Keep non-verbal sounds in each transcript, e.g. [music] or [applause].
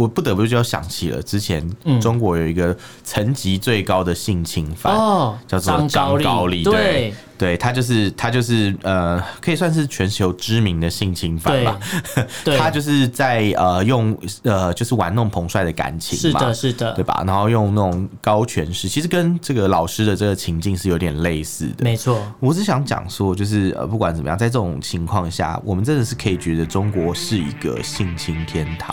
我不得不就要想起了之前嗯中国有一个层级最高的性侵犯，哦叫做张张高高丽丽，对对，对他就是他就是呃，可以算是全球知名的性侵犯吧。[laughs] 对他就是在呃用呃就是玩弄彭帅的感情是嘛，的，是对的，吧？然后用那种高权势，其实跟这个老师的这个情境是有点类似的。没错，我只想讲说，就是呃，不管怎么样，在这种情况下，我们真的是可以觉得中国是一个性侵天堂。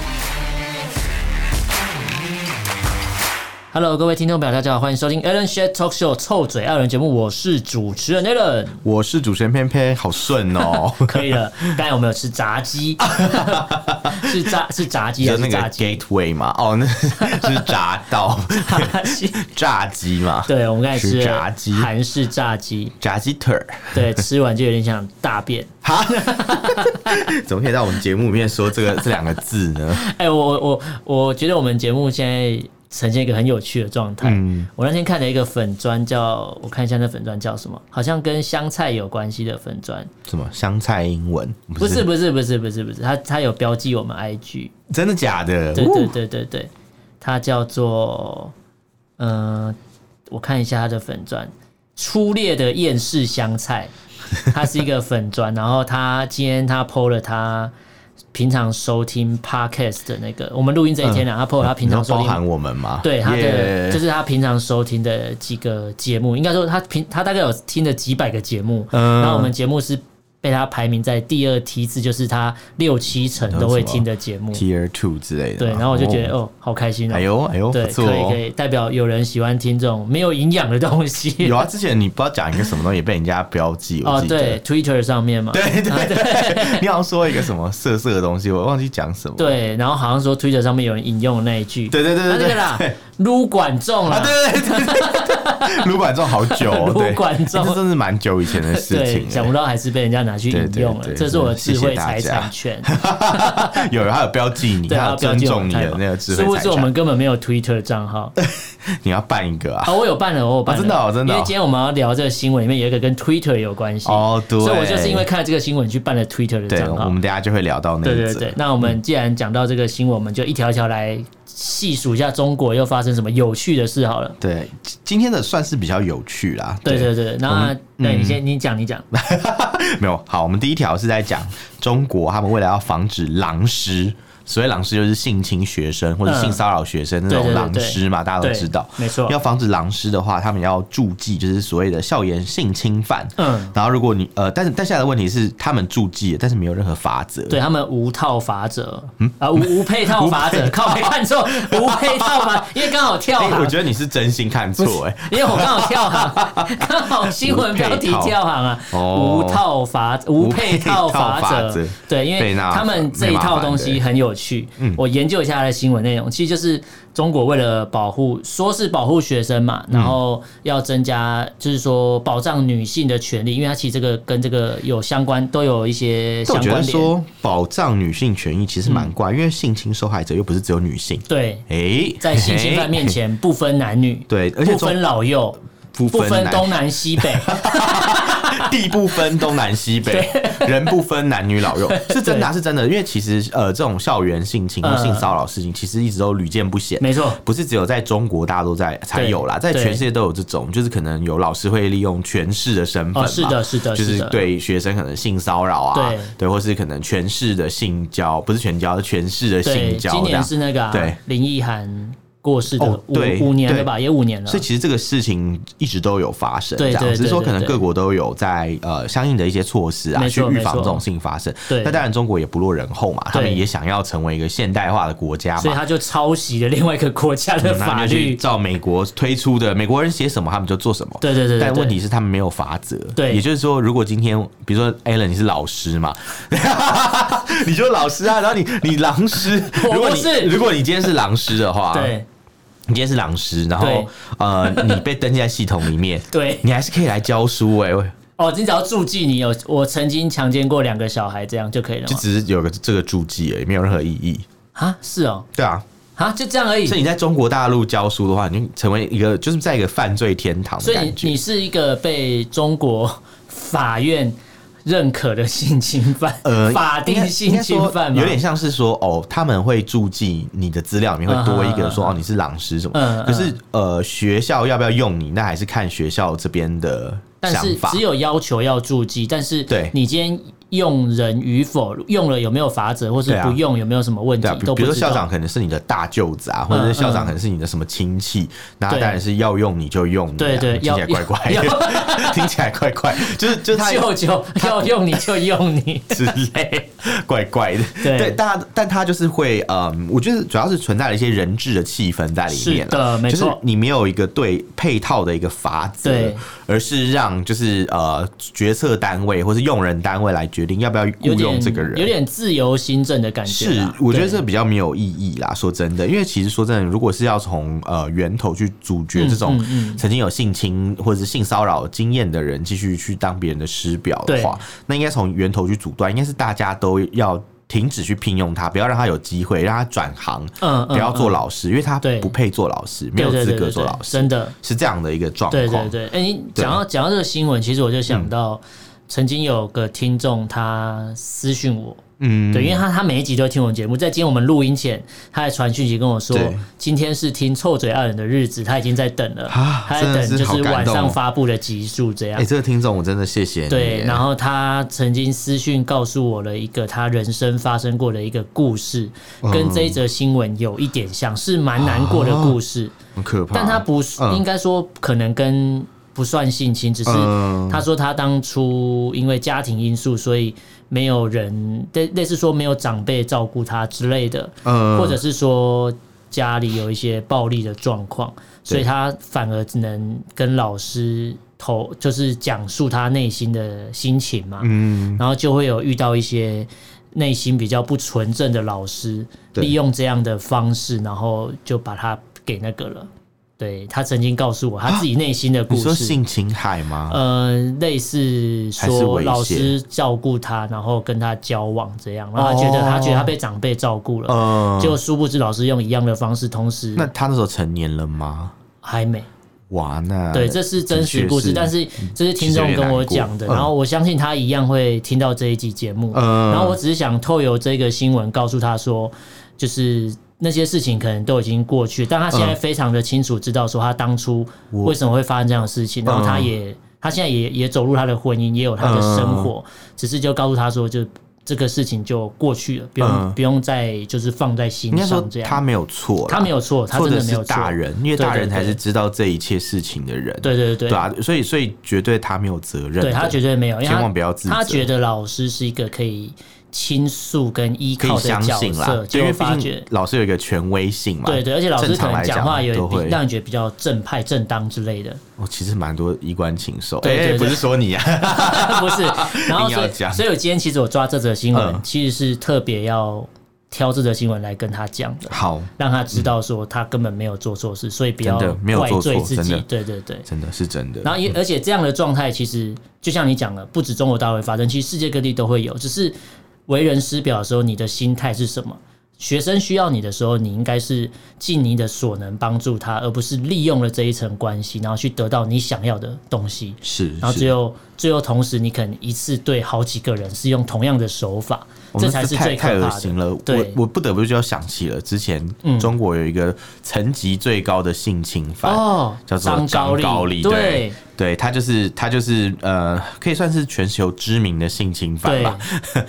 Hello，各位听众朋友，大家好，欢迎收听 Alan s h a t Talk Show 臭嘴二人节目，我是主持人 [laughs] Alan。我是主持人偏偏，好顺 [laughs] 哦、可以了，刚才我们有吃 [laughs] 炸鸡，是炸是炸鸡就还那是个炸鸡？ gateway 嘛，哦，那 [laughs] 是炸道炸鸡。 [laughs] 炸鸡嘛， [laughs] 对，我们刚才吃吃了炸鸡韩式炸鸡，炸鸡腿儿， [laughs] 对，吃完就有点想大便。哈，怎么可以在我们节目里面说 [laughs] 这个这两个字呢？哎、我我我我觉得我们节目现在呈现一个很有趣的状态。嗯我那天看了一个粉砖，叫我看一下那粉砖叫什么，好像跟香菜有关系的粉砖。什么香菜英文？不是不是不是不是不是，它它有标记我们 IG。真的假的？对对哦对对对，它叫做呃，我看一下它的粉砖，粗劣的厌世香菜，它是一个粉砖，然后它今天它 PO 了它平常收听 Podcast 的那个，我们录音这一天呢、啊，它 PO 了它平你常要收包听。含我们吗？对他的 Yeah 就是他平常收听的几个节目，应该说他平他大概有听了几百个节目，嗯然后我们节目是被他排名在第二梯次，就是他六七成都会听的节目。 Tier Two 之类的嘛。对，然后我就觉得哦，好开心哦！哎呦哎呦，对，不可错以可哦。以，代表有人喜欢听这种没有营养的东西。有啊，之前你不知道讲一个什么东西被人家标记，我 [laughs] 哦，记得。对，Twitter 啊上面嘛，对对对， [laughs] 你好像说一个什么色色的东西，我忘记讲什么。对，然后好像说 Twitter 上面有人引用那一句，对对对对啊那个对啦，撸管中啊，啦，对对对对， [laughs] 对，卢管仲好久、 [laughs] 哦，对卢管仲欸这真是蛮久以前的事 [laughs] 对，情想不欸。到还是被人家拿去对引对用了，对这是我的谢智谢慧大财家 [laughs] 产权，有，他有标记你，对，他要有标尊记我重们你太的棒那个智是不慧是财我们产。根本没有 Twitter 账号？你要办一个啊？啊，我有 [laughs] 办了，我有办了，啊真的哦真的哦因为今天我们要聊这个新闻，里面有一个跟 Twitter 有关系，哦对所以我就是因为看了这个新闻去办了 Twitter 的对，账我号们。等一下就会聊到那对一对则嗯对，那我们既然讲到这个新闻，我们就一条一条来细数一下中国又发生什么有趣的事好了。对，今今天的算是比较有趣啦。对对对，那对嗯你先你讲你讲，没有好，我们第一条是在讲中国，他们为了要防止狼师，所谓狼师就是性侵学生或者性骚扰学生那对对种对狼对师嘛，大家对都知道。没错要防止狼师的话，他们要注记，就是所谓的校园性侵犯。嗯嗯，然后如果你呃，但是但现在的问题是，他们注记了，但是没有任何法则。对他们无套法者，嗯啊无无配套法者，靠没看错，无配套法，因为刚好跳 [laughs] 哎、我行，觉得你是真心看错哎、 [laughs] 因为我刚好 [laughs] 跳行，啊刚好新闻标题跳行啊，哦无套法无配套无配法套法者则，对，因为被那他们这一套东被西麻烦的很有趣，嗯我研究一下它的新闻内容，其实就是中国为了保护，说是保护学生嘛，嗯然后要增加，就是说保障女性的权利，因为它其实这个跟这个有相关，都有一些但相我觉关得联，说保障女性权益其实蛮怪，因为性侵受害者又不是只有女性。对。哎、在性侵犯面前不分男女，对而且不中分老幼，不不分分男东南西 [laughs] 北， [laughs] 地不分东南西北，人不分男女老幼， [laughs] 是真的、啊，是真的。因为其实呃，这种校园性侵或嗯性骚扰事情，其实一直都屡见不鲜。没错不是只有在中国大家都在才对有啦，在对全世界都有这种，就是可能有老师会利用权势的身份嘛、哦是的是的就是是的对学生可能性骚扰啊，对或是可能权势的性交，不是全交，是权势的对，性交今这样年。是那个啊对林奕涵过世的哦五对五年了对吧，也五年了所以。其实这个事情一直都有发生，嗯对这样对只是说对可能对各国都有在呃相应的一些措施啊，没去错预防没错这种事情发生。对那当然中国也不落人后嘛，他们对也想要成为一个现代化的国家嘛，嗯所以他就抄袭了另外一个国家的那他法们就去律，照美国推出的，美国人写什么他们就做什么。对对对对但对问题是他们没有法则。对也就是说，如果今天比如说 Alan 你是老师 [laughs] 嘛，你就老师啊，然后你你狼师，我如果你不是如果你今天是狼师的话，对你今天是老师，然后对呃，你被登记在系统里 [laughs] 面，对你还是可以来教书哎、喂哦，你只要注记你有我曾经强奸过两个小孩，这样就可以了就吗？只是有个这个注记而已，没有任何意义。啊，是哦，对啊，啊，就这样而已。所以你在中国大陆教书的话，你就成为一个就是在一个犯罪天堂的所以感你觉你。是一个被中国法院认可的性侵犯，法定呃应性该侵犯应该吗？说有点像是说哦，他们会注记你的资料里面会多一个说、嗯嗯哦，你是老师什么。嗯嗯可是呃，学校要不要用你，那还是看学校这边的但想是法只。有要求要注记，但是对你今天用人与否，用了有没有法则，或是对啊不用有没有什么问题，对啊，比都比不如说知道。嗯校 [laughs] 长可能是你的大舅子啊，或者是校长可能是你的什么亲戚，那他对当然是要用你就用你啊，嗯对对听起来要怪怪的， [laughs] 听起来怪怪，就是就是他舅舅要用你就用你， [laughs] 之类，怪怪的。对但他但他就是会，嗯，我觉得主要是存在了一些人质的气氛在里面啦是的没错就是你没有一个对配套的一个法则对，而是让就是呃决策单位或是用人单位来决定要不要有 [laughs] 雇佣点这个人，有点自由新政的感觉是啦。，我觉得对这比较没有意义啦。说真的，因为其实说真的，如果是要从呃源头去阻绝这种嗯嗯曾经有性侵或者是性骚扰经验的人继续去当别人的师表的话，那应该从源头去阻断，应该是大家都要。停止去聘用他，不要让他有机会，让他转行，嗯嗯不要做老师，因为他对不配做老师，没对有对资对格对做对老师，真的。是这样的一个状对况。嗯对对，哎、你讲到讲到这个新闻，其实我就想到，曾经有个听众他私讯我，嗯，对，因为他他每一集都会听我们节目，在今天我们录音前，他还传讯息跟我说对，今天是听臭嘴爱人的日子，他已经在等了， [laughs] 啊他真在的是等就好是感晚动哦上发布的集数这哎、样。这个听众我真的谢谢你耶。对，然后他曾经私讯告诉我了一个他人生发生过的一个故事，嗯跟这一则新闻有一点像，是蛮难过啊的故事。很可怕，但他不是、嗯应该说可能跟不算性侵，只是嗯他说他当初因为家庭因素，所以没有人类类似说没有长辈照顾他之类的，嗯或者是说家里有一些暴力的状况，所以他反而只能跟老师投，就是讲述他内心的心情嘛，嗯，然后就会有遇到一些内心比较不纯正的老师，对利用这样的方式，然后就把他给那个了。对他曾经告诉我他自己内心的故你说事，性侵害吗？呃，类似还是威说胁老师照顾他，然后跟他交往这样，然后他觉得、哦他觉得他被长辈照顾了，嗯结果殊不知老师用一样的方式，同时那他那时候成年了吗？还没。哇，那对，这是真实故事，但是这是听众跟嗯其实有我讲点难的，过然后我相信他一样会听到这一集节目。嗯然后我只是想透由这个新闻告诉他说，就是那些事情可能都已经过去，但他现嗯在非常的清楚知道说他当初为什么会发生这样的事情，然后他嗯也他现在也也走入他的婚姻，也有他的生活，只是就告诉他说就。这个事情就过去了，不用、嗯不用再就是放在心应该说上这样。他没有错啦，他没有错，他错真的的没是有错。大人，因为对大人对才对是知道这一切事情的人，对对对对啊，所以所以绝对他没有责任的，对他绝对没有，因为他千万不要自责他觉得老师是一个可以倾诉跟依可以靠的相角信啦色，，对因就为毕发觉竟。老师有一个权威性嘛，对对，而且老师正可常能来啊讲话有都比会让你觉得比较正派、正当之 [laughs] 类的，哦，其实蛮多衣冠禽兽，对对哎，对不是说你 [laughs] 啊，不是？然后硬要所以，讲所以我今天其实我抓这则新闻，嗯其实是特别要挑这则新闻来跟他讲的，好，让他知道说他根本没有做错事，所以不要真的没有怪做罪错自真己的。对对对。真的是真的，然后也而且这样的状态，其实就像你讲了，不止中国大陆会发生，其实世界各地都会有。只是为人师表的时候，你的心态是什么？学生需要你的时候，你应该是尽你的所能帮助他，而不是利用了这一层关系，然后去得到你想要的东西。是，然后是最后，最后同时，你可能一次对好几个人是用同样的手法，我这们才是太最太可恶怕心的。了。我对，我不得不就要想起了之前嗯中国有一个层级最高的性侵犯，哦，叫做张高高丽，丽，对对对，他就是他就是呃，可以算是全球知名的性侵犯对吧。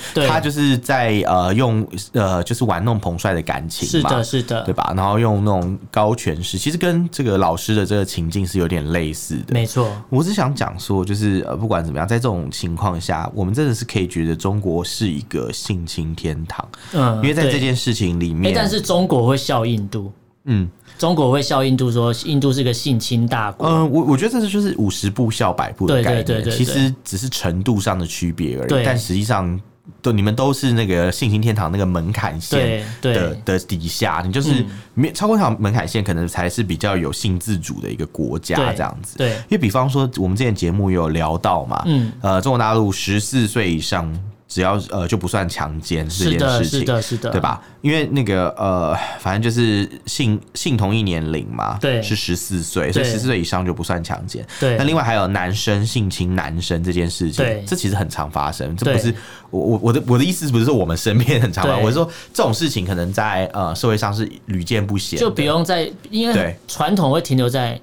[laughs] 对，他就是在呃用呃就是玩弄彭帅的感情是嘛，的，是对的，吧？然后用那种高权势，其实跟这个老师的这个情境是有点类似的。没错，我只想讲说，就是呃，不管怎么样，在这种情况下，我们真的是可以觉得中国是一个性侵天堂，嗯，因为在对这件事情里哎、面，但是中国会笑印度，嗯中国会笑印度说印度是个性侵大国，嗯、呃我我觉得这就是五十步笑百步的对对概念，对对对其实只是程度上的区别而已，对但实际上都你们都是那个性侵天堂那个门槛线。对的对的底下，你就是嗯没、超过一条门槛线，可能才是比较有性自主的一个国家对这样子。对，因为比方说，我们之前节目也有聊到嘛，嗯，呃，中国大陆十四岁以上，只要呃就不算强奸这是件的，事是情，的，是的，对？吧？因为那个呃，反正就是性性同一年龄嘛，对是十四岁，所以对十四岁以上就不算强奸。对那，另外还有男生性侵男生这件事情对，这其实很常发生。这对不是我我我的我的意思，不是说我们身边很常发生，对我是说这种事情可能在呃社会上是屡见不鲜的，就不用再，因对为传统会停留在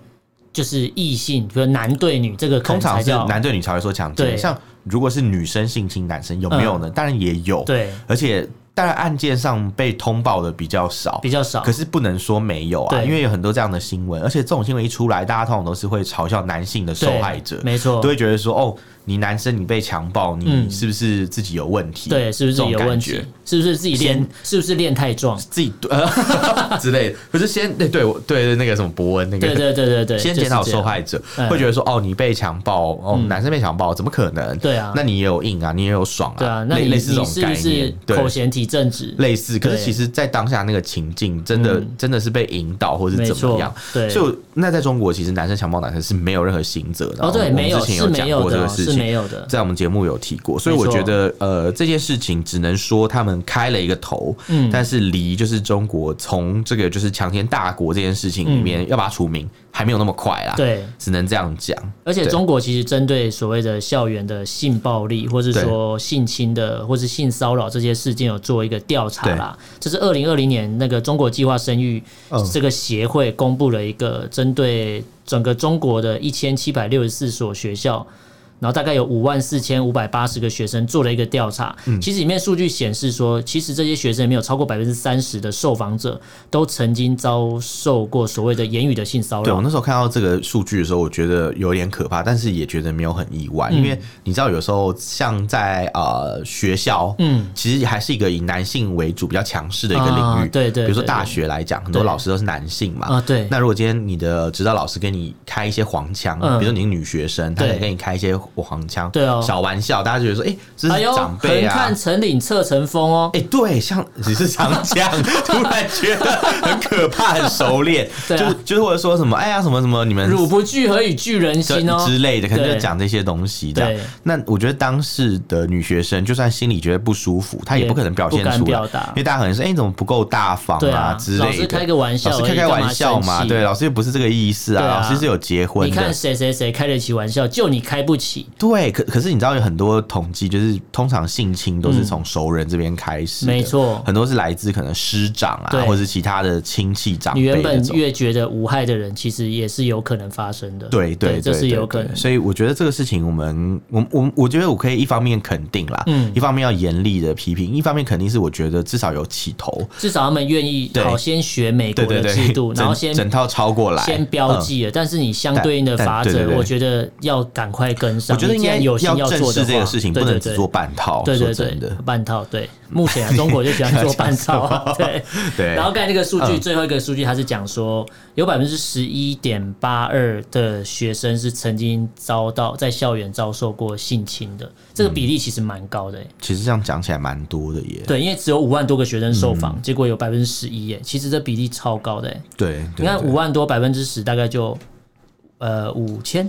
就是异性，比如男对女这个可通能常才是叫男对女才会说强奸，对嗯像如果是女生性侵男生，有没有呢？当然也有，对而且当然案件上被通报的比较少比。较少可，是不能说没有啊，对因为有很多这样的新闻，而且这种新闻一出来，大家通常都是会嘲笑男性的受对害者，没错都，会觉得说哦，你男生你被强暴，你嗯是不是自己有问题？对，是不是这种有感问觉题？是不是自己练？是不是练太壮？自己 [laughs] 呃之类的，不是先对对我对对那个什么博文那个对对对对 [laughs] 对，先就是检讨这样受害者，嗯会觉得说哦，你被强暴，哦，男生被强暴，怎么可能？对啊那你也有硬啊，你也有爽啊，对啊，那类你类你似这种是概不念是，对口。嫌体正直？类似，可是对嗯其实，在当下那个情境，真的、真的是被引导，或是没怎么错样？，对。所以我那在中国，其实男生强暴男生是没有任何刑责的。哦，我对，们没有之前是没讲过有这的个哦，事是情，没有的。在我们节目有提过，所以没我错觉得呃这件事情只能说他们开了一个头，嗯但是离就是中国从这个就是强奸大国这件事情里面、要把它除名，还没有那么快啦，，嗯对，只能这样讲。而且对中国其实针对所谓的校园的性暴力，或是说性侵的，或是性骚扰这些事件，有做一个调查啦。这是二零二零年那个中国计划生育嗯这个协会公布了一个针对整个中国的一千七百六十四所学校。然后大概有五万四千五百八十个学生做了一个调查，嗯其实里面数据显示说，其实这些学生里面有超过百分之三十的受访者都曾经遭受过所谓的言语的性骚对我扰。那时候看到这个数据的时候，我觉得有点可怕，但是也觉得没有很意嗯外，因为你知道，有时候像在呃学校，嗯嗯，其实还是一个以男性为主比较强势的一个啊领域，对对比如说对大对学来讲，很多对老师都是男性嘛，啊，对，那如果今天你的指导老师跟你开一些黄腔，嗯比如说你是女学生，他对可能跟你开一些黄腔，对哦小玩笑，大家觉得说，哎、这哎是呦，长辈横啊看。成岭侧成峰哦。哎、对，像 [laughs] 你是长江，突然觉得很可怕，很熟练， [laughs] 对啊就是就是或者说什么，哎呀，什么什么，你们汝不惧，何以惧人之心哦？之类的，可能就对讲这些东西这样对。那我觉得当事的女学生，就算心里觉得不舒服，她也也不可能表现不敢出来，表达因为大家可能是，哎、你怎么不够大方对啊之类的。老师开个玩笑老师开而已开干玩嘛笑嘛，生气对，老师又不是这个意思啊，对啊老师是有结婚你看的。谁谁谁开得起玩笑，就你开不起。对，可可是你知道有很多统计，就是通常性侵都是从熟人这边开始的、嗯没错很多是来自可能师长啊，对或是其他的亲戚长你辈啊原本那种越觉得无害的人，其实也是有可能发生的。对对，这对是对有可对能。所以我觉得这个事情我，们我我我觉得我可以一方面肯定啦，嗯一方面要严厉的批评，一方面肯定是我觉得至少有起头，至少他们愿意对好先学美国对对的对，制度，然后 [laughs] 整先整套抄过来，先标嗯。记了。但是你相对应的但法但对对则，对我觉得要赶快跟上。我觉得你应既该然有心要正做视的这个话事情，对不能对只对做半套。对说对真对的，，半套对。目前啊，中国就喜 [laughs] 欢做半套啊，对。对。然后刚才那个数据，嗯最后一个数据，它是讲说有百分之十一点八二的学生是曾经遭到在校园遭受过性侵的，这个比例其实蛮高的、欸。其实这样讲起来蛮多的耶。对，因为只有五万多个学生受访，嗯结果有百分之十一，耶，其实这比例超高的、欸。对，对你看对五万多百分之十，大概就呃五千，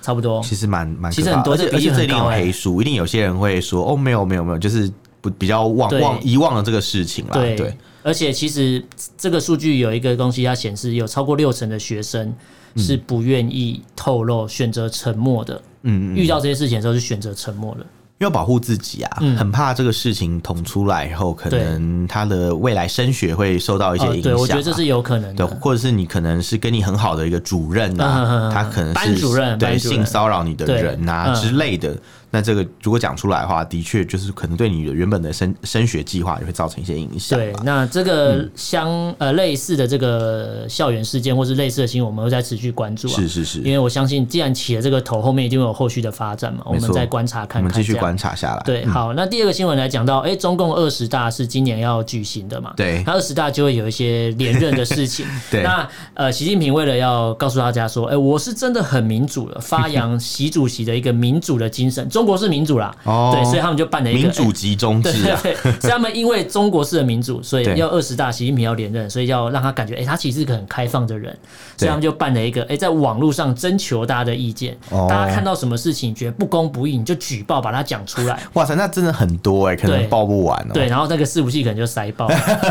差不多。其实蛮蛮可怕的，其实很多而且这比而例且这很一定有高欸黑数，一定有些人会说哦，没有没有没有，就是不比较忘对忘遗忘了这个事情啦。对，对，而且其实这个数据有一个东西，它显示有超过六成的学生嗯是不愿意透露、选择沉默的。嗯嗯嗯遇到这些事情的时候是选择沉默的。因因为保护自己啊，嗯很怕这个事情捅出来以后，可对能他的未来升学会受到一些影哦，响、对，啊我觉得这是有可能对，的。或者是你可能是跟你很好的一个主任嗯嗯嗯啊，嗯他可能是班主任对班主任性骚扰你的人啊对嗯之类的，那这个如果讲出来的话，的确就是可能对你的原本的升升学计划也会造成一些影响对吧。，那嗯这个相、呃类似的这个校园事件或是类似的新闻，我们会再持续关注啊。是是是因，为我相信，既然起了这个头，后面一定会有后续的发展嘛。我没们错再观察我看看，们继续这样观察下来。对，好，那第二个新闻来讲到，哎、中共二十大是今年要举行的嘛？对那二十大就会有一些连任的事情。 [laughs] 对那呃，习近平为了要告诉大家说，哎、我是真的很民主了，[laughs] 发扬习主席的一个民主的精神，中国是民主啦，哦对，所以他们就办了一个民主诶集中对制啊，对，所以他们因为中国式的民主，所对以要二十大，习近平要连任，所以要让他感觉，哎、他其实是个很开放的人，所对以他们就办了一个，哎、在网络上征求大家的意见，哦大家看到什么事情觉得不公不义，你就举报把它讲出 [laughs] 来，哇塞，那真的很多哎，可对能报不完哦。对，然后那个伺服器可能就塞爆。 [laughs]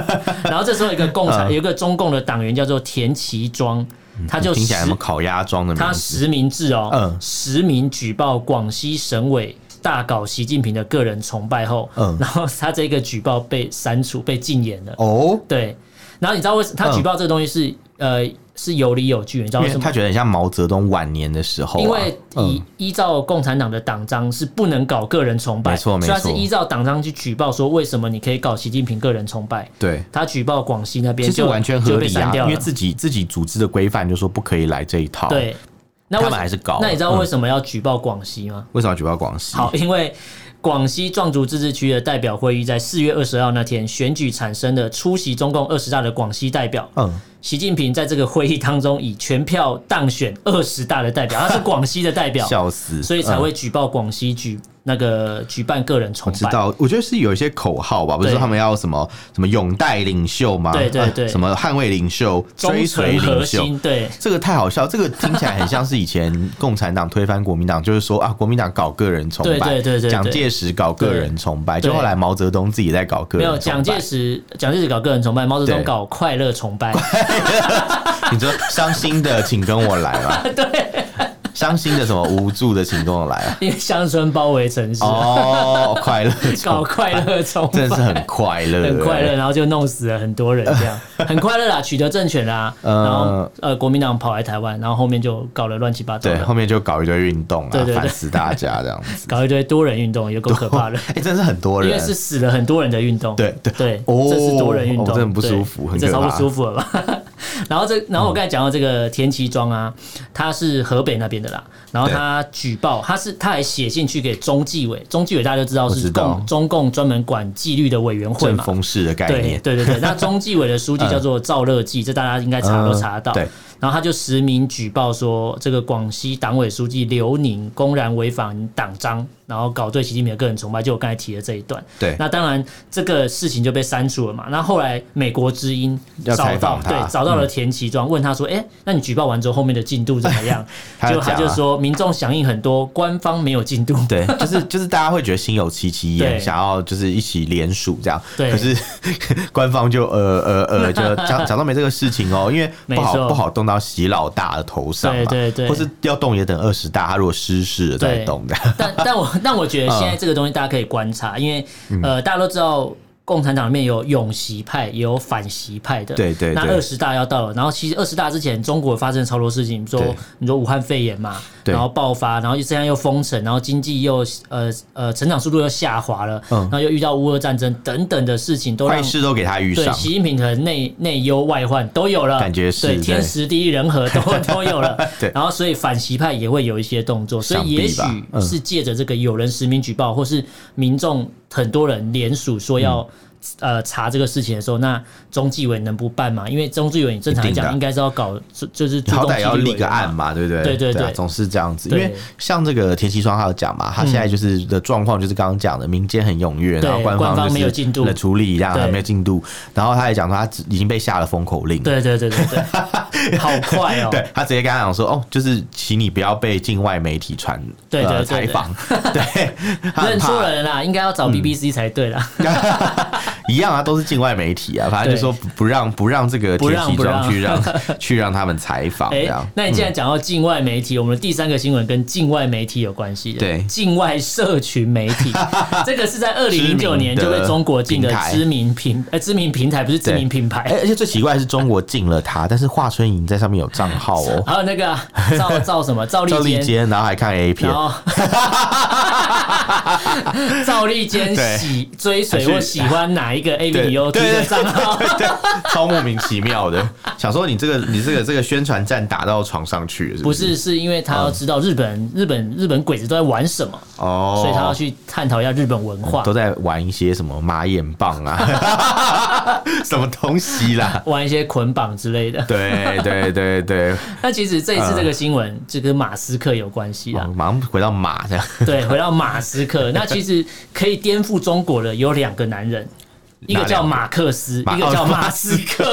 然后这时候有一个共嗯产，有一个中共的党员叫做田其庄，他就听起实来什么烤鸭庄的他名字？实名制哦，嗯实名举报广西省委。大搞习近平的个人崇拜后，嗯然后他这个举报被删除、被禁言了。哦，嗯对，然后你知道为什他举报这个东西是、呃是有理有据，你知道因为为什么他吗？觉得很像毛泽东晚年的时候啊，因为嗯依依照共产党的党章是不能搞个人崇拜，没错没所以他是错依照党章去举报说为什么你可以搞习近平个人崇拜，对。他举报广西那边其实就完全合就被理删啊，掉因了为自己自己组织的规范就说不可以来这一套。，对，那为他们还是搞那你知道嗯为什么要举报广西吗？为什么要举报广西？好，因为广西壮族自治区的代表会议在四月二十号那天选举产生的出席中共二十大的广西代表，嗯，习近平在这个会议当中以全票当选二十大的 [laughs] 代表，他是广西的代表，笑死，所以才嗯会举报广西举那个举办个人崇我知拜。道，我觉得是有一些口号吧，不是对说他们要什么什么拥戴领袖吗？对对啊对什么捍卫领袖、追忠随诚核领袖。心，对，这个太好笑，这个听起来很像是以前共产党推翻国民党，就是说啊，国民党搞个人崇拜，对对对对对蒋介石搞个人崇拜，对就后来毛泽东自己在搞个没人有崇拜。蒋介石，蒋介石搞个人崇拜，毛泽东对搞快乐崇拜，你说伤心的请跟我来 [laughs] 嘛，对，伤心的什么无助的请跟我来 [laughs] 啊，因为乡村包围城市，哦，快乐崇搞拜，快乐崇拜，真的是很快乐，很快乐，然后就弄死了很多人，这样很快 [laughs] 乐啦，取得政权啦，呃然后呃，国民党跑来台湾，然后后面就搞了乱七八糟对，的，后面就搞一堆运动对啊，对对烦死大家这样子。搞一堆多人运动，也 [laughs] 够可怕的， [laughs] 哎、真的是很多因人，为是死了很多人的运动，对对对，哦这是多人运动，哦真的很不舒服对很可这怕超不舒服了 [laughs] 吧？然后这，然后我刚才讲到这个田其庄啊，他是河北那边的啦，然后他举报，他是他还写信去给中纪委，中纪委大家都知道我是知道共中共专门管纪律的委员会正嘛，风式的概对念，嗯对对对， [laughs] 那中纪委的书记叫做赵乐际，这大家应该查都查得到。嗯对然后他就实名举报说，这个广西党委书记刘宁公然违反党章，然后搞对习近平的个人崇拜，就我刚才提的这一段。对那当然这个事情就被删除了嘛。那后来美国之音要找采到访他对找到了田其庄，问他说：“哎，那你举报完之后后面的进度怎么样？” [laughs] 他结有果他讲啊就说，民众响应很多，官方没有进度。对，就是就是大家会觉得心有戚戚对焉，想要就是一起联署这样，对可是 [laughs] 官方就呃呃呃，就 [laughs] 假假装没这个事情哦，因为没不好错不好动到习老大的头上嘛，对对对或是要动也等二十大，他如果失势了再对动的， [laughs] 但但我但我觉得现在这个东西大家可以观察，因为嗯呃，大家都知道。共产党里面有永习派，也有反习派的。对对那对二十大要到了，然后其实二十大之前，中国发生了超多事情，你说对你说武汉肺炎嘛，对然后爆发，然后又这样又封城，然后经济又呃呃成长速度又下滑了，嗯然后又遇到乌俄战争等等的事情，都 [laughs] 让坏事都给他遇对上，习近平可能内内忧外患都有了，感觉是对对天时地利人和都 [laughs] 都有了。对然后所以反习派也会有一些动作，所想以必也许吧嗯是借着这个有人实名举报，或是民众很多人联署说嗯要。呃，查这个事情的时候，那中纪委能不办吗？因为中纪委你正常来一定讲的应该是要搞，就就是主好动歹要纪律委立个员嘛案嘛，对不对？对对对啊对总是这样子。因对嗯为像这个田其双他有讲嘛，他现在就是的状况就是刚刚讲的，民间很踊跃，对然后官方方就没是有进度冷处理一样，对还没有进度。然后他也讲说，他只已经被下了封口令。对对对对 [laughs] 对，好快哦！对他直接跟他讲说，哦，就是请你不要被境外媒体传对对呃对 [laughs] 采访，对，他很认错怕嗯人啦，应该要找 BBC 才对啦。一样啊，都是境外媒体啊，反正就说不不让不让这个不铁让西不装让去让 [laughs] 去让他们采访这哎、样。那你既然讲到境外媒体，我们的第三个新闻跟境外媒体有关系的，对境外社群媒 [laughs] 体，这个是在二零零九年就被中国进的知知名平呃知名平台，不是知名品哎、牌。而且最奇怪的是，中国禁了他，但是华春莹在上面有账号哦，还有那个啊 [laughs] 赵赵什么赵哦赵立立坚，坚，然后还看 A 片然，后赵立坚喜追随或喜欢哪一个 A B 女优 T 对的对账号？ [laughs] 对，超莫名其妙的。想说你这个你这个这个宣传战打到床上去了是 [laughs] 不不是是，是因为他要知道日本嗯日本日本鬼子都在玩什么，哦，所以他要去探讨一下日本文化都。在玩一些什么马眼棒 [laughs] 啊，什么东西啦。玩一些捆绑之类的，对对对对， [laughs] 那其实这一次这个新闻就跟马斯克有关系啦哦。马上回到马这样。对，回到马斯 [laughs] 克，那其实可以颠覆中国的有两个男人，一个叫马克思，马 [laughs] 哦一个叫 [laughs] 马斯克。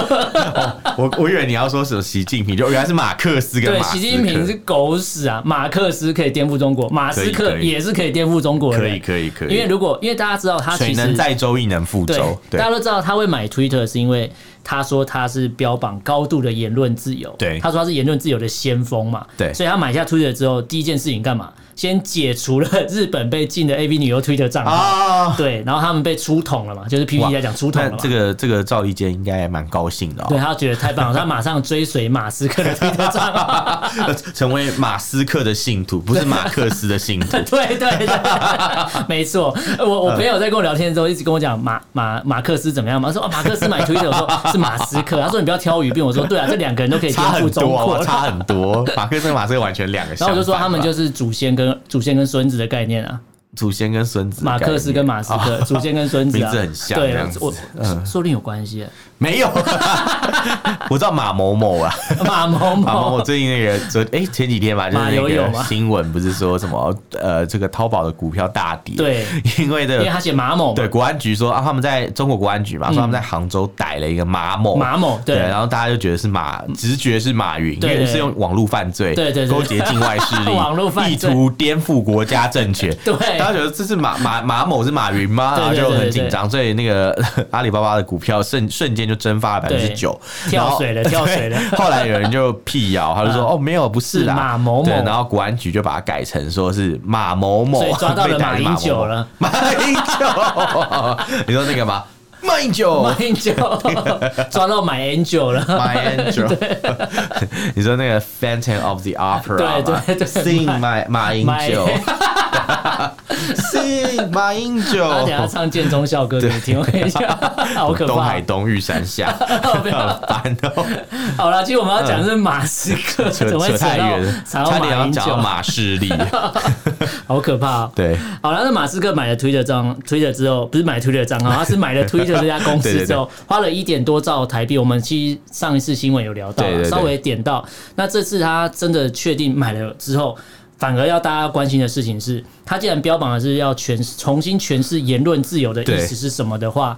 我我以为你要说什么习近平，就原来是马克思跟对，马斯克习近平是狗屎啊！马克思可以颠覆中国，马斯可克以可以也是可以颠覆中国的。可以可以可以，因为如果因为大家知道他水其实能载舟，亦能覆对舟。，对大家都知道他会买 Twitter 是因为他说他是标榜高度的言论自由，对他说他是言论自由的先锋嘛，对所以他买下 Twitter 之后，第一件事情干嘛？先解除了日本被禁的 AV 女优 Twitter 账号，啊，对，然后他们被出桶了嘛，就是 PPT 在讲出桶了那嘛，这个这个赵立坚应该蛮高兴的对哦， [laughs] 他觉得太棒了，他马上追随马斯克的 Twitter 账号。成为马斯克的信徒，不是马克思的信徒。 [laughs] 对对对， [laughs] 没错。呃我嗯我朋友在跟我聊天的时候，一直跟我讲马马马克思怎么样嘛？他说哦，马克思买 Twitter，我说 [laughs] 是马斯克。他说你不要挑语病，我说对啊，这两个人都可以颠差覆很中多、哦啊国。差很多。马克思跟马斯克完全两个。 [laughs] 然后我就说他们就是是祖先跟祖先跟孙子的概念啊，祖先跟孙子的概马念，哦克思跟马斯克，祖先跟孙子 [laughs] 啊，名字很像这对样，子嗯我说不定有关系。 [laughs] 没有，我知道马某某 [laughs] 啊，马某马某某某，最近那个昨哎、前几天吧，就是哦马那友友吗个新闻不是说什么呃这个淘宝的股票大跌，对，因为因为的。他写马某嘛对，，国安局说啊，他们在中国国安局嘛，说他们在杭州逮了一个马某，马某对嗯然后大家就觉得是马，直觉是马云，对因为对是用网络犯罪，对对对勾结境外势力， [laughs] 网络犯罪意图颠覆国家政权， [laughs] 对大家觉得这是马 [laughs] 马马某是马云吗？对然后对就对很对紧张，所以那个阿里巴巴的股票瞬瞬间就蒸发了百分之九，对然后跳水 [laughs] 了跳水了对后来有人就辟谣，他就说啊哦没有，不是是啦，马某某对，然后国安局就把它改成说是马某某，所以抓到 [laughs] 了被逮马英九了马某某，马英九， [laughs] 你说那个吗？马英九马。英九 [laughs] 抓到买 N 九了。 My [laughs] Angel，你 [laughs] 说那个 Phantom of the Opera 对吗对对，Sing My 马 [laughs] 英九，Sing 马英九，他啊等一下唱建中校歌给你听，我跟 [laughs] 你讲，好可东怕海。东玉山 [laughs] 下， [laughs] 好不要烦哦，好了，其实我们要讲的是马斯克， [laughs] 怎嗯扯么会扯扯太到远了，扯到差点马要英讲到九？马士 [laughs] 利，好可怕哦。对，好了，那马斯克买了 Twitter 账 Twitter 之后，不是买 [laughs] Twitter 账号，他是买了 Twitter 这家公对对司对之后，花了一点多兆台币。我们其实上一次新闻有聊到啊对对对稍微点到。那这次他真的确定买了之后。反而要大家关心的事情是，他既然标榜的是要诠释重新诠释言论自由的意对思是什么的话，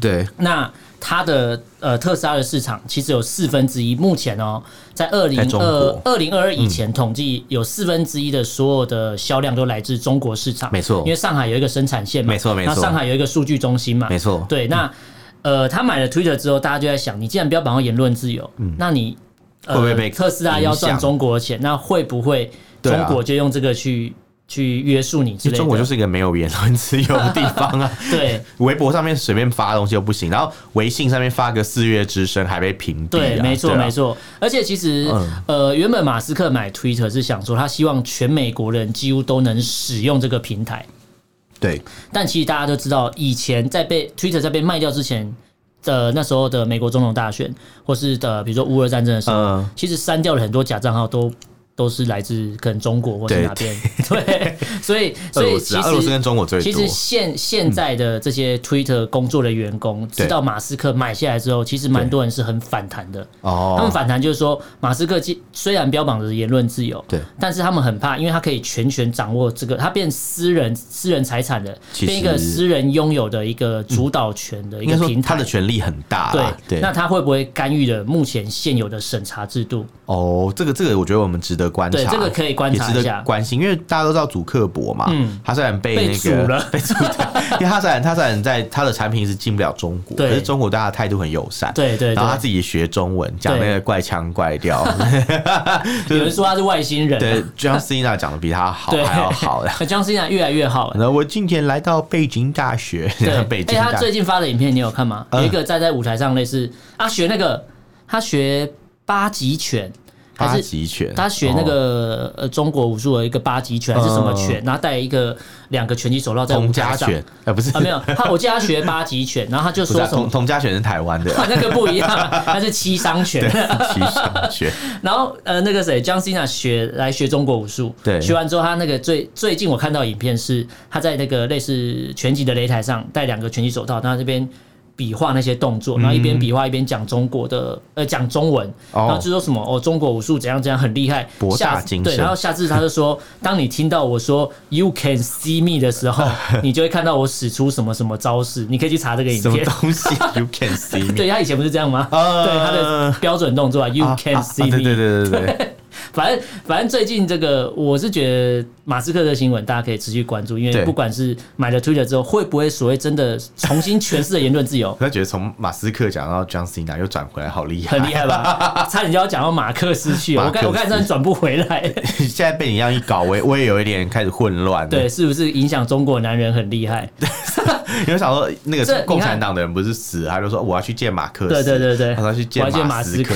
对，那它的呃特斯拉的市场其实有四分之一，目前哦，在二零在中二国二零二二以前统计有四分之一的所有的销量都来自中国市场，没错因为上海有一个生产线嘛，没错没那错上海有一个数据中心嘛，没错对，那呃，他买了 Twitter 之后，大家就在想，你既然标榜要言论自由，那你呃嗯会不会被特斯拉要赚中国的钱，那会不会对中啊国就用这个去去约束你之其类实的？中国就是一个没有言论自由的地方啊。 [laughs] 对。微博上面随便发东西又不行，然后微信上面发个四月之声还被屏蔽、啊。对，没错，啊嗯没。错。而且其实，呃，原本马斯克买 Twitter 是想说，他希望全美国人几乎都能使用这个平台。对，但其实大家都知道，以前在被 Twitter 在被卖掉之前的那时候的美国总统大选，或是的比如说乌俄战争的时候，嗯其实删掉了很多假账号都。都是来自可能中国或是对哪边， [laughs] 对，[laughs] 所以俄所以罗其斯实啊，俄罗斯跟中国最其多实。现现在的这些 Twitter 工作的员工，对知道马斯克买下来之后，其实蛮对多人是很反弹的。他们哦，反弹就是说，马斯克既虽然标榜着言论自由，对，但是他们很怕，因为他可以全权掌握这个，他变私人私人财产的，其实变一个私人拥有的一个主导权的一应该个说平他台的。权力很大对啦。对，那他会不会干预了目前现有的审查制度？哦，这个这个，我觉得我们值得得观察，对这个可以观察也值一得下关心，因为大家都知道主克伯嘛，嗯他虽然被被那煮个了 [laughs] 被煮掉，因为他虽然他虽然在他的产品是进不了中国，对可是中国大家态度很友善，对对对然后他自己学中文，讲那个怪腔怪调， [laughs] 有人说他是外星人、对啊， ，John Cena 讲的比他好对，还要好 [laughs] 的。江思雅越来越好了。然后我今天来到北京大学，对， [laughs] 北京哎大他最学，近发的影片你有看吗？嗯有一个站在舞台上，类似他学那个，他学八极拳，八哦还是极拳，他学那个、呃中国武术的一个八极拳还是什么拳，然后戴一个两个拳击手套在嗯舞童台家上。拳，呃，不是啊，没有他，我记得他学八极拳，然后他就不是说啊什么，童。童家拳是台湾的 [laughs] 那个不一样，他是七伤拳对。，七伤拳，然后呃，那个谁，江西娜学来学中国武术，对学完之后，他那个最最近我看到影片是他在那个类似拳击的擂台上戴两个拳击手套，然后这边。比划那些动嗯作，然后一边比划一边讲中国的，呃，讲中文，哦然后就说什么哦，中国武术怎样怎样很厉害，博大下精对，深然后下次他 [laughs] 就说，当你听到我说 “you can see me” 的 [laughs] 时候，你就会看到我使出什么什么招式，哎你可以去查这个影什么片。东西？You can see me， [laughs] 对他以前不是这样吗？呃对他的标准动作啊，You 啊 can [laughs] 啊 see 啊 me，、对对对对对，反正反正最近这个，我是觉得马斯克的新闻大家可以持续关注，因为对，不管是买了 Twitter 之后，会不会所谓真的重新诠释了言论自由 [laughs] 他觉得从马斯克讲到 John Cena 又转回来，好厉害很！厉害吧？差点就要讲到马克思去了，我马克看思我看真的转不回来。 [laughs] 现在被你这样一搞，我也我也有一点开始混乱。对，，是不是影响中国男人很厉害？因为想说那个这你看共产党的人不是死，他就说我要去见马克思，对对对对，他说去我要见马马斯克，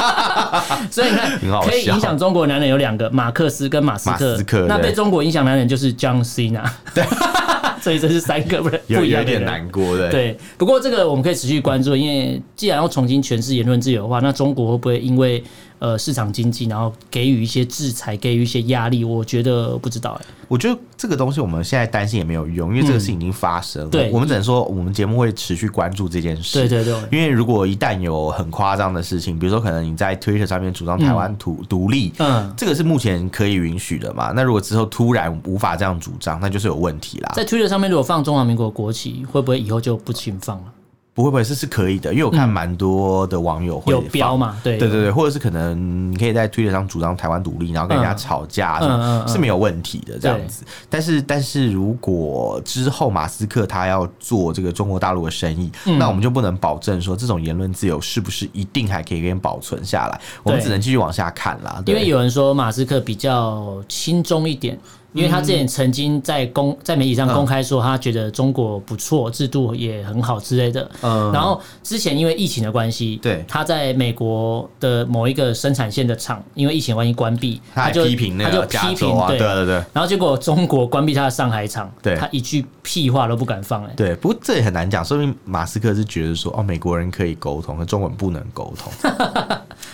[laughs] 所以你很好笑看，可以影响中国男人有两个，马克思跟马斯克。马斯克那对被中国影响男人就是江西娜。对， [laughs] 所以这是三个不有不一有样一的点人。难过的。，对，不过这个我们可以持续关注，因为既然要重新诠释言论自由的话，那中国会不会因为呃市场经济，然后给予一些制裁，给予一些压力？我觉得不知道哎、我觉得这个东西我们现在担心也没有用，因为这个事情已经发生了。对我们只能说我们节目会持续关注这件事。对对对因为如果一旦有很夸张的事情，比如说可能你在 Twitter 上面主张台湾独独立，嗯，这个是目前可以允许的嘛？那如果之后突然无法这样主张，那就是有问题啦。在 Twitter 上面如果放中华民国国旗，会不会以后就不请放了？不会不会是是可以的，因为我看蛮多的网友会有放标。嘛？对对对对，或者是可能你可以在推特上主张台湾独立，然后跟人家嗯吵架，嗯什么嗯嗯是没有问题的这样子。但是，但是如果之后马斯克他要做这个中国大陆的生意，嗯那我们就不能保证说这种言论自由是不是一定还可以给你保存下来，我们对只能继续往下看啦。因为对嗯有人说马斯克比较轻松一点，因为他之前曾经在公在媒体上公开说他觉得中国不错，制度也很好之类的。嗯然后之前因为疫情的关系，对他在美国的某一个生产线的厂，因为疫情的关系关闭，他还就批评那他就个加批州评啊，对对对。然后结果中国关闭他的上海厂，对他一句屁话都不敢放、哎，对，不过这也很难讲，说明马斯克是觉得说，哦，美国人可以沟通，可中文不能沟通 [laughs]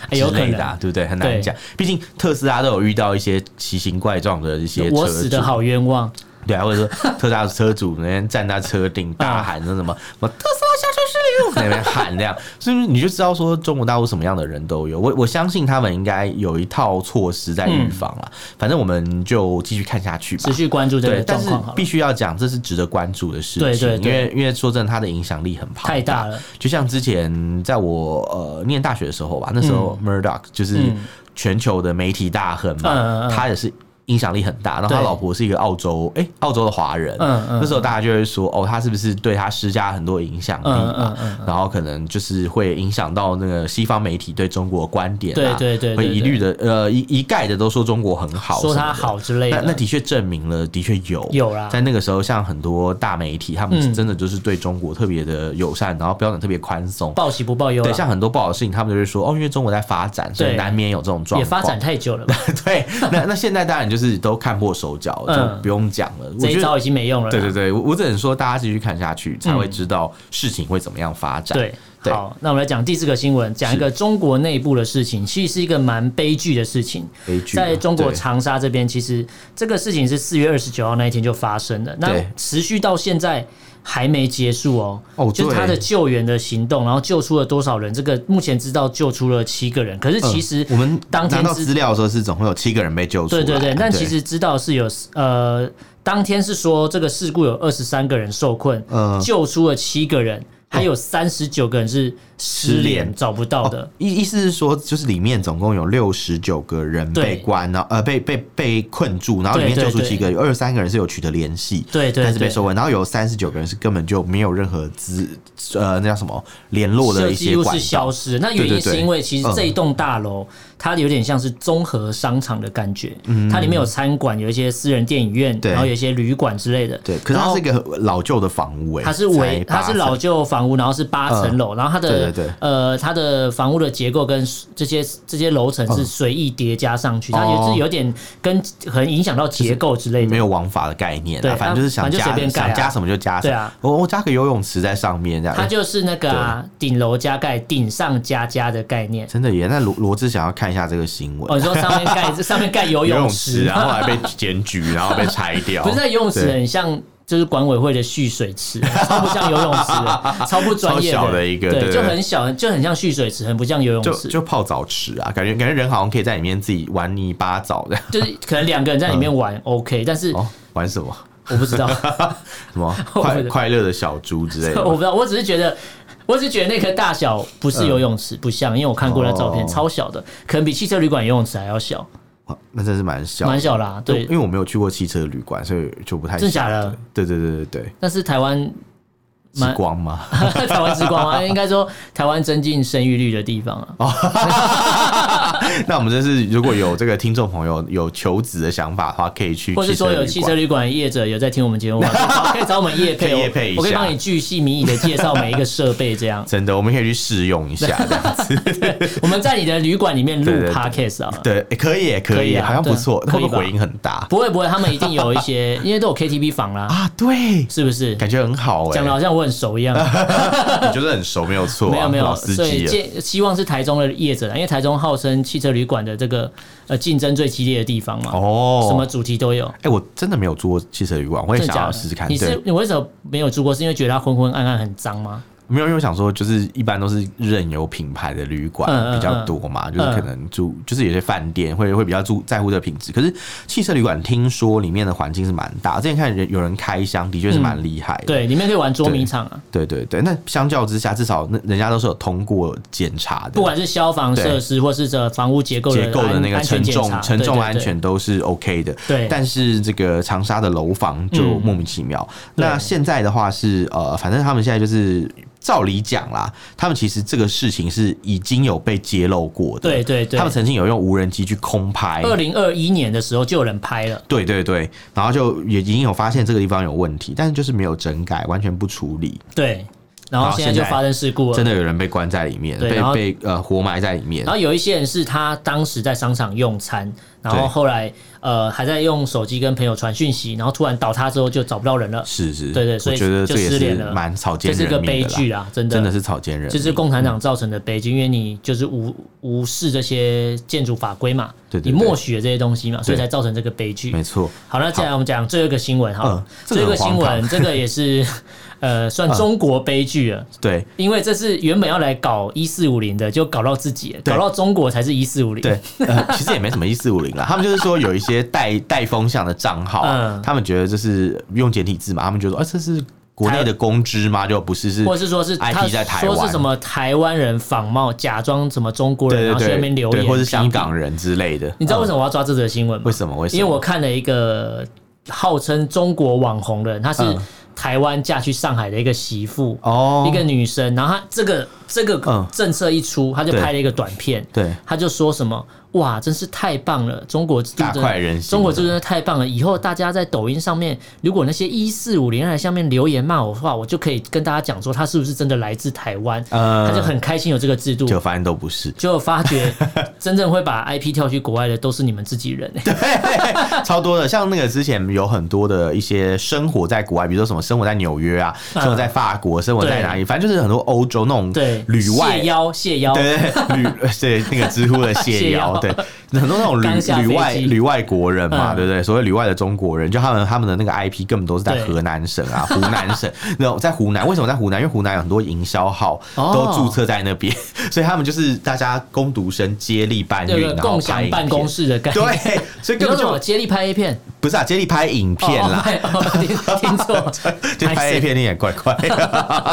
哎有之可类的能啊、。对不对？很难对讲，毕竟特斯拉都有遇到一些奇形怪状的一些车我死的主好冤枉，对啊，或者说 [laughs] 特斯拉的车主那边站在车顶大喊说什 [laughs] 么“我特斯拉下车失灵”，在那边喊这样，所以你就知道说中国大陆什么样的人都有。我我相信他们应该有一套措施在预防啦。嗯反正我们就继续看下去吧持。续关注这对个，但状是况好了必，须要讲，这是值得关注的事情，对对因对为因为说真的，它的影响力很庞太大了。就像之前在我呃念大学的时候吧，那时候 Murdoch 就是嗯全球的媒体大亨嘛，嗯嗯嗯他也是。影响力很大，然后他对老婆是一个澳洲，哎、澳洲的华人，嗯嗯那时候大家就会说，哦，他是不是对他施加很多影响力嘛？嗯嗯然后可能就是会影响到那个西方媒体对中国的观点、啊，对对对对会一律的呃一一概的都说中国很好，说他好之类那的。那的确证明了，的确有有啦在那个时候，像很多大媒体，他们嗯真的就是对中国特别的友善，然后标准特别宽松。报喜不报忧啦，对，像很多不好的事情，他们就会说哦，因为中国在发展，所以对难免有这种状况。也发展太久了吧，对， [laughs] 那那现在当然就是都看破手脚，嗯就不用讲了。我这一觉招得。已经没用了啦。嗯对对对，我我只能说，大家继续看下去，才会知道事情会怎么样发展。对。对好，那我们来讲第四个新闻，讲一个中国内部的事情，其实是一个蛮悲剧的事情。悲剧嘛在中国对长沙这边，其实这个事情是四月二十九号那一天就发生的，那对持续到现在还没结束哦。哦就是他对的救援的行动，然后救出了多少人？这个目前知道救出了七个人，可是嗯其实我们当天拿到知资料的时候，是总共有七个人被救出来。啊对对对，但其实知道是有呃，当天是说这个事故有二十三个人受困，嗯哦救出了七个人，还有三十九个人是失失联联找不到的。哦意意思是说，就是里面总共有六十九个人对被关，然后呃被被被困住，然后里面对救对出七个，有二十三个人是有取得联系，对对但是被对收回，然后有三十九个人是根本就没有任何资呃那叫什么联络哦的一些又管是消道，失。那原因对对是对因为其实嗯这一栋大楼、它有点像是综合商场的感觉，它里面有餐馆，有一些私人电影院，对然后有一些旅馆之类的。对，可是然它后是一个老旧的房屋、欸，它是才围，八它是老层嗯旧房屋，然后是八层楼，然后它的对对对呃，它的房屋的结构跟这些这些楼层是随意叠加上去，它也嗯哦是有点跟很影响到结构之类的没。有王法的概念、对啊，反正就是想啊反正加、就随便盖啊想加什么就加什对么，啊我我加个游泳池在上面这样，它就是那个啊顶楼加盖、顶上加加的概念。真的耶。那罗罗志想要看一下这个新闻，哦， [laughs] 你说上面盖上面盖游游泳泳池，池，然后后来 [laughs] 被检举，然后被拆掉，不是那游泳池对很像。就是管委会的蓄水池， [laughs] 超不像游泳池的，超不专业超小的一个对对，对就很小，就很像蓄水池，很不像游泳就池，就泡澡池啊，感觉感觉人好像可以在里面自己玩泥巴澡 [laughs] 的。就是可能两个人在里面玩 OK，但是哦，玩什么？我不知道，什么 [laughs] 我不快知道快乐的小猪之类 [laughs] 的？我不知道，我只是觉得，我只是觉得那个大小不是游泳池，不像，因为我看过那照片，嗯哦超小的，可能比汽车旅馆游泳池还要小，哇那真是蛮小嗯的，蛮小啦。对因，为我没有去过汽车旅馆，所以就不太真的晓假得的？对对对对对，但是台湾， [laughs] 蛮极光吗？ [laughs] 台湾之光啊，应该说台湾增进生育率的地方哦啊。那我们真是如果有这个听众朋友有求子的想法的话，可以去或是汽说有汽车旅旅馆业者有在听我们节目吗，可 [laughs] 以找可以找我们业配可哦，以业配一我可以下帮你巨细靡遗的介绍每一个设备，这 [laughs] 样真的，我们可以去试用一下这样子。 [laughs] 我们在你的旅馆里面录对对对 podcast 啊。对，诶可以耶，可可以以耶，啊好像对不错，可会以不会吧回音很大不会不会，他们一定有 [laughs] 一些，因为都有 KTV 房啦，啊？对，是不是？感觉很好哎讲的，好像我很熟一样，你 [laughs] 就是很熟，没有错啊，没有没有，老司所以机了。建希望是台中的业者啦，因为台中号称汽车旅馆的这个呃竞争最激烈的地方嘛，哦，什么主题都有。哎、我真的没有住过汽车旅馆，我也真的想要假的试试看。你是对，你为什么没有住过？是因为觉得它昏昏暗暗很脏吗？没有，因为我想说，就是一般都是任由品牌的旅馆嗯嗯嗯比较多嘛，就是可能住，就是有些饭店会会比较注在乎这个品质。可是汽车旅馆听说里面的环境是蛮大，之前看人有人开箱，的确是蛮厉害的。嗯对，里面可以玩捉迷藏啊，对对对，那相较之下，至少那人家都是有通过检查的，不管是消防设施或是这房屋结构的结构的安那个安承全检重查承重对对安对全都是 OK 的。对嗯但是这个长沙的楼房就莫名其妙。对那现在的话是呃，反正他们现在就是。照理讲啦，他们其实这个事情是已经有被揭露过的。对对对他们曾经有用无人机去空拍，二零二一年的时候就有人拍了，对对对，然后就也已经有发现这个地方有问题，但是就是没有整改，完全不处理，对，然然后后现在就现在发生事故了真。的有人被关在里面，对然后被被呃活埋在里面然。后有一些人是他当时在商场用餐，然后对后来呃还在用手机跟朋友传讯息，然后突然倒塌之后就找不到人了，是是，对对所以我觉得就这也失是联了蛮草菅这是人个命悲的啦剧啊，真的真的是草菅人命，就是共产党造成的悲剧，因为你就是无无视这些建筑法规嘛，对对你对默许了这些东西嘛，所以才造成这个悲剧没。错。好，那接下来我们讲最后一个新闻哈，嗯这个最后一个很新荒嗯闻，这个也是 [laughs] 呃算中国悲剧了，对因为这是原本要来搞一四五零的，就搞到自己了，对搞到中国才是一四五零。对，呃， [laughs] 其实也没什么一四五零啦，他们就是说有一些带带风向的账号啊，嗯他们觉得就是用简体字嘛，他们觉得说，啊，这是国内的公知吗？就不是是，或者是说是他 IP 在台湾说是什么台湾人仿冒，假装什么中国人，对然后去那对边对，留对，言，或是香港嗯批评。人之类的。你知道为什么？么我要抓这则新闻吗？为什么？为什因么？为我看了一个号称中国网红的人，他是嗯台湾嫁去上海的一个媳妇，哦，一个女生。然后她这个这个嗯政策一出，她就对拍了一个短片，对她就说什么哇，真是太棒了，中国制度大真快的。人心，中国制度真的太棒了！以后大家在抖音上面，如果那些一四五零来下面留言骂我的话，我就可以跟大家讲说他是不是真的来自台湾，呃他就很开心有这个制度。，就发现都不是就发觉真正会把 IP 跳去国外的都是你们自己人、欸超多的。像那个之前有很多的一些生活在国外，比如说什么生活在纽约啊，嗯生活在法国，生活在哪里，反正就是很多欧洲那种对，旅外 [laughs] 呃谢邀谢邀， [laughs] 对对对，旅对那个知乎的哦谢谢邀邀，对很多那种刚下旅飞旅外机旅外国人嘛，嗯对不对？所谓旅外的中国人，就他们他们的那个 IP 根本都是在对河南省啊、湖南省，那种在湖南为什么在湖南？因为湖南有很多营销号哦都注册在那边， [laughs] 所以他们就是大家工读生接力搬这运，个然后共拍享影办公片。室的概念。对，所以 [laughs] 你根说本什么？就接力拍 A 片？不是啊，接力拍影片啦，，哦，哦听听错 [laughs] 哎就拍 A 片你也怪怪， [laughs]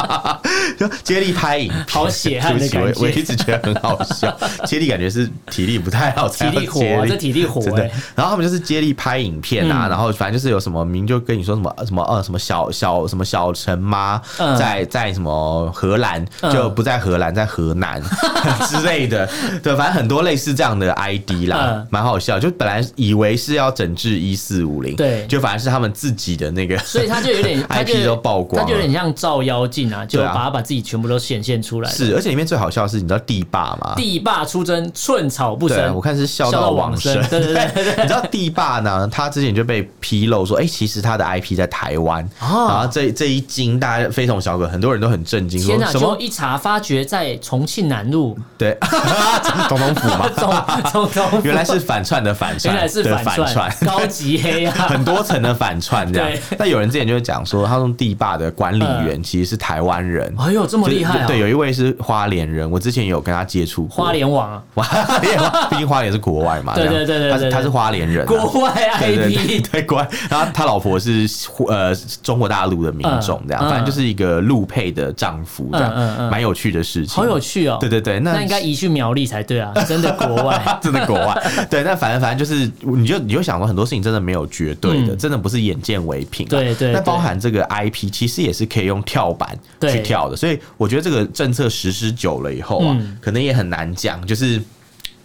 就接力拍影片，好血汗的对不感起我我一觉直觉得很好笑， [laughs] 接力感觉是体力不太好才要体力活啊接力这体力活真的欸。然后他们就是接力拍影片啊，嗯然后反正就是有什么名就跟你说什么呃什么呃什么小小什么小陈妈嗯在在什么荷兰，嗯就不在荷兰，在河南 [laughs] 之类的，对，反正很多类似这样的 ID 啦嗯，蛮好笑。就本来以为是要整治一四五零，对就反而是他们自己的那个，所以他就 [laughs] 有点，他就 IP 都曝光了他就有点像照妖镜啊，就对啊把他把自己全部都显现出来了。是，而且里面最好笑的是，你知道地霸吗？地霸出征，寸草不对，啊生。我看是笑笑到到往往生生。对对对你知道地霸呢？他之前就被披露说，哎、其实他的 IP 在台湾。哦然后这这一惊，大家非同小可，很多人都很震惊，说天哪！什结果么？一查发觉在重庆南 [laughs] 路， [laughs] 对，总统府嘛，总总总，原来是反串的反串，原来是对反串串，，高级黑啊！ [laughs] 很多层的反串这样对。但有人之前就会讲说，他们地霸的管理员其实是台湾人。哎呦，这么厉害啊！对，有一位是花莲人，我之前也有跟他接触过。花莲网啊，花莲嘛，毕竟花莲是国外嘛，对这样对对对他是对他是花莲人、啊，国外对对 IP 对 [laughs] 对，国外。然后他老婆是呃中国大陆的民众，这样，嗯嗯反正就是一个陆配的丈夫，这样，嗯嗯嗯蛮有趣的事情，好有。趣哦。对对对，那那应该移去苗栗才对啊！真的国外 [laughs] 真的国外 [laughs] 对，但反正反正就是，你就你就想说很多事情真的没有绝对的，嗯真的不是眼见为凭、啊。对对那包对含这个 IP，其实也是可以用跳板去对跳的，所以我觉得这个政策实施久了以后啊，嗯可能也很难讲，就是。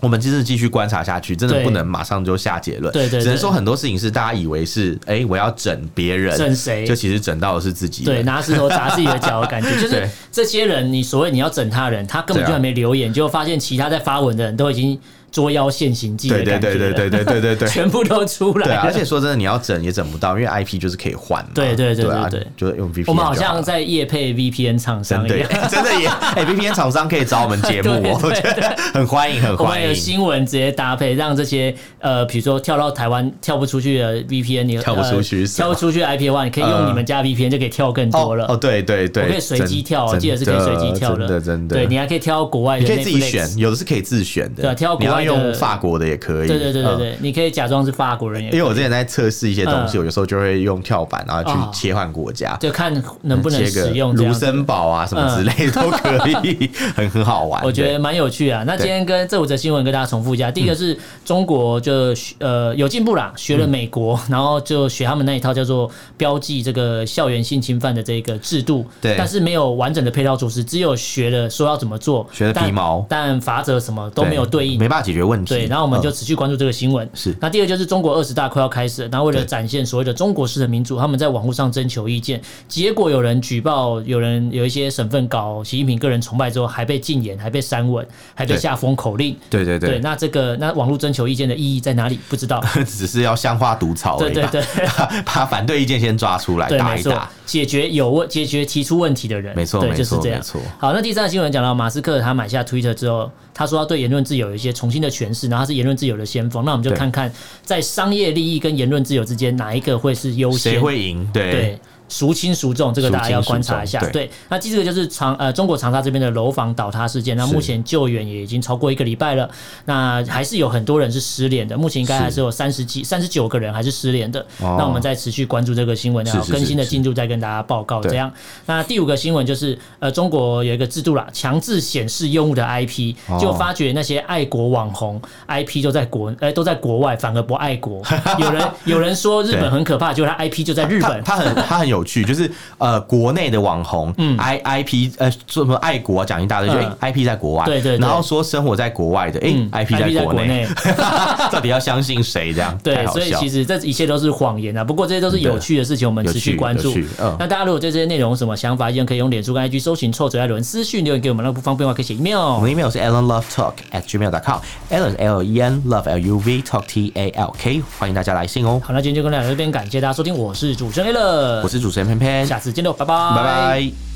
我们就是继续观察下去，真的对不能马上就下结论。对对对只能说很多事情是大家以为是，哎、我要整别人，整谁就其实整到的是自己人。对拿石头砸自己的脚 [laughs] 的感觉，就是对这些人，你所谓你要整他人，他根本对啊就还没留言，就发现其他在发文的人都已经捉妖现行记的对对感觉了，对对对对对对对。全部都出来对啊，了而且说真的，你要整也整不到，因为 IP 就是可以换嘛。对对对对啊对对就是用 VPN 就好了。我们好像在夜配 VPN 厂真商的一耶 [laughs] 样。真的耶！哎，VPN 厂商可以找我们节目哦， [laughs] 对对对我觉得很欢迎，很我欢们有迎。新闻直接搭配，让这些呃，比如说跳到台湾跳不出去的 VPN，你跳不出去呃是吧跳不出去的 IP 的话，你可以用你们家 VPN 就可以跳更多了。哦，对对对，我可以随机跳哦，真记得是可以随机跳真的真的，对，你还可以挑国外的，你可以自己选，。有的是可以自选的，对啊挑你国要外的用法国的也可以。对对对对嗯。对，你可以假装是法国人也可以，因为我之前在测试一些东西，嗯我有时候就会用跳板，然后哦去切换国家，就看能不能切个使用这卢样子。嗯森堡啊什么之类的都可 [laughs] 以，很很好玩。我觉得蛮有趣啊。那对今天跟这五则新闻跟大家重复一下，第一个是中国就学呃有进步啦，学了美国，嗯然后就学他们那一套叫做标记这个校园性侵犯的这个制度，对但是没有完整的配套措施，只有学了说要怎么做，学了皮但毛但法则什么都对没有对应没。办法解决问题。对，然后我们嗯就持续关注这个新闻。是那第二个就是中国二十大快要开始了，那为了对展现所谓的中国式的民主，他们在网络上征求意见，结果有人举报，有人有一些省份搞习近平个人崇拜之后，还被禁言，还被删文，还被对下封口令。对对对，对，那这个那网络征求意见的意义在哪里？不知道。 [laughs] 只是要香花毒草而已吧，对对 [laughs] 把反对意见先抓出来对，打没一错打。，解决有问解决提出问题的人，没错对，没就是错这样没错。好，那第三个新闻讲到马斯克他买下 Twitter 之后，他说他对言论自由有一些重新的诠释，然后他是言论自由的先锋。那我们就对看看在商业利益跟言论自由之间哪一个会是优谁先？会赢？对对。孰轻孰重，这个大家要观察一下孰轻孰。重对，那第四个就是长呃中国长沙这边的楼房倒塌事件，那是目前救援也已经超过一个礼拜了，那还是有很多人是失联的，目前应该还是有三十几、三十九个人还是失联的。哦那我们再持续关注这个新闻，然后是是是更新的进度再跟大家报告。对这样，那第五个新闻就是呃中国有一个制度啦，强制显示用户的 IP，哦就发觉那些爱国网红 IP 都在国呃都在国外，反而不爱国。 [laughs] 有人有人说日本对很可怕，结果他 IP 就在日他本。他很他很有趣，就是呃，国内的网红，嗯，I I P 呃，什么爱国啊讲一大堆，就嗯哎 I P 在国外，对对对然后说生活在国外的，哎嗯，I P 在在国内，内。 [laughs] 到底要相信谁？这样太对，好所以笑其实这一切都是谎言啊。不过这些都是有趣的事情，我们有持续趣关有注。趣，嗯，那大家如果对这些内容有什么想法，依然可以用脸书跟 IG 搜寻“臭嘴艾伦”私讯留言给我们。那不方便的话，可以写 email 我。们的 email 是 allenlovetalk at gmail.com，allen L E N love L U V talk T A L K，欢迎大家来信哦。好，那今天就跟大家聊到这边，感谢大家收听，我是主持人 a l 我是主持人偏偏，下次见喽，拜拜，拜拜。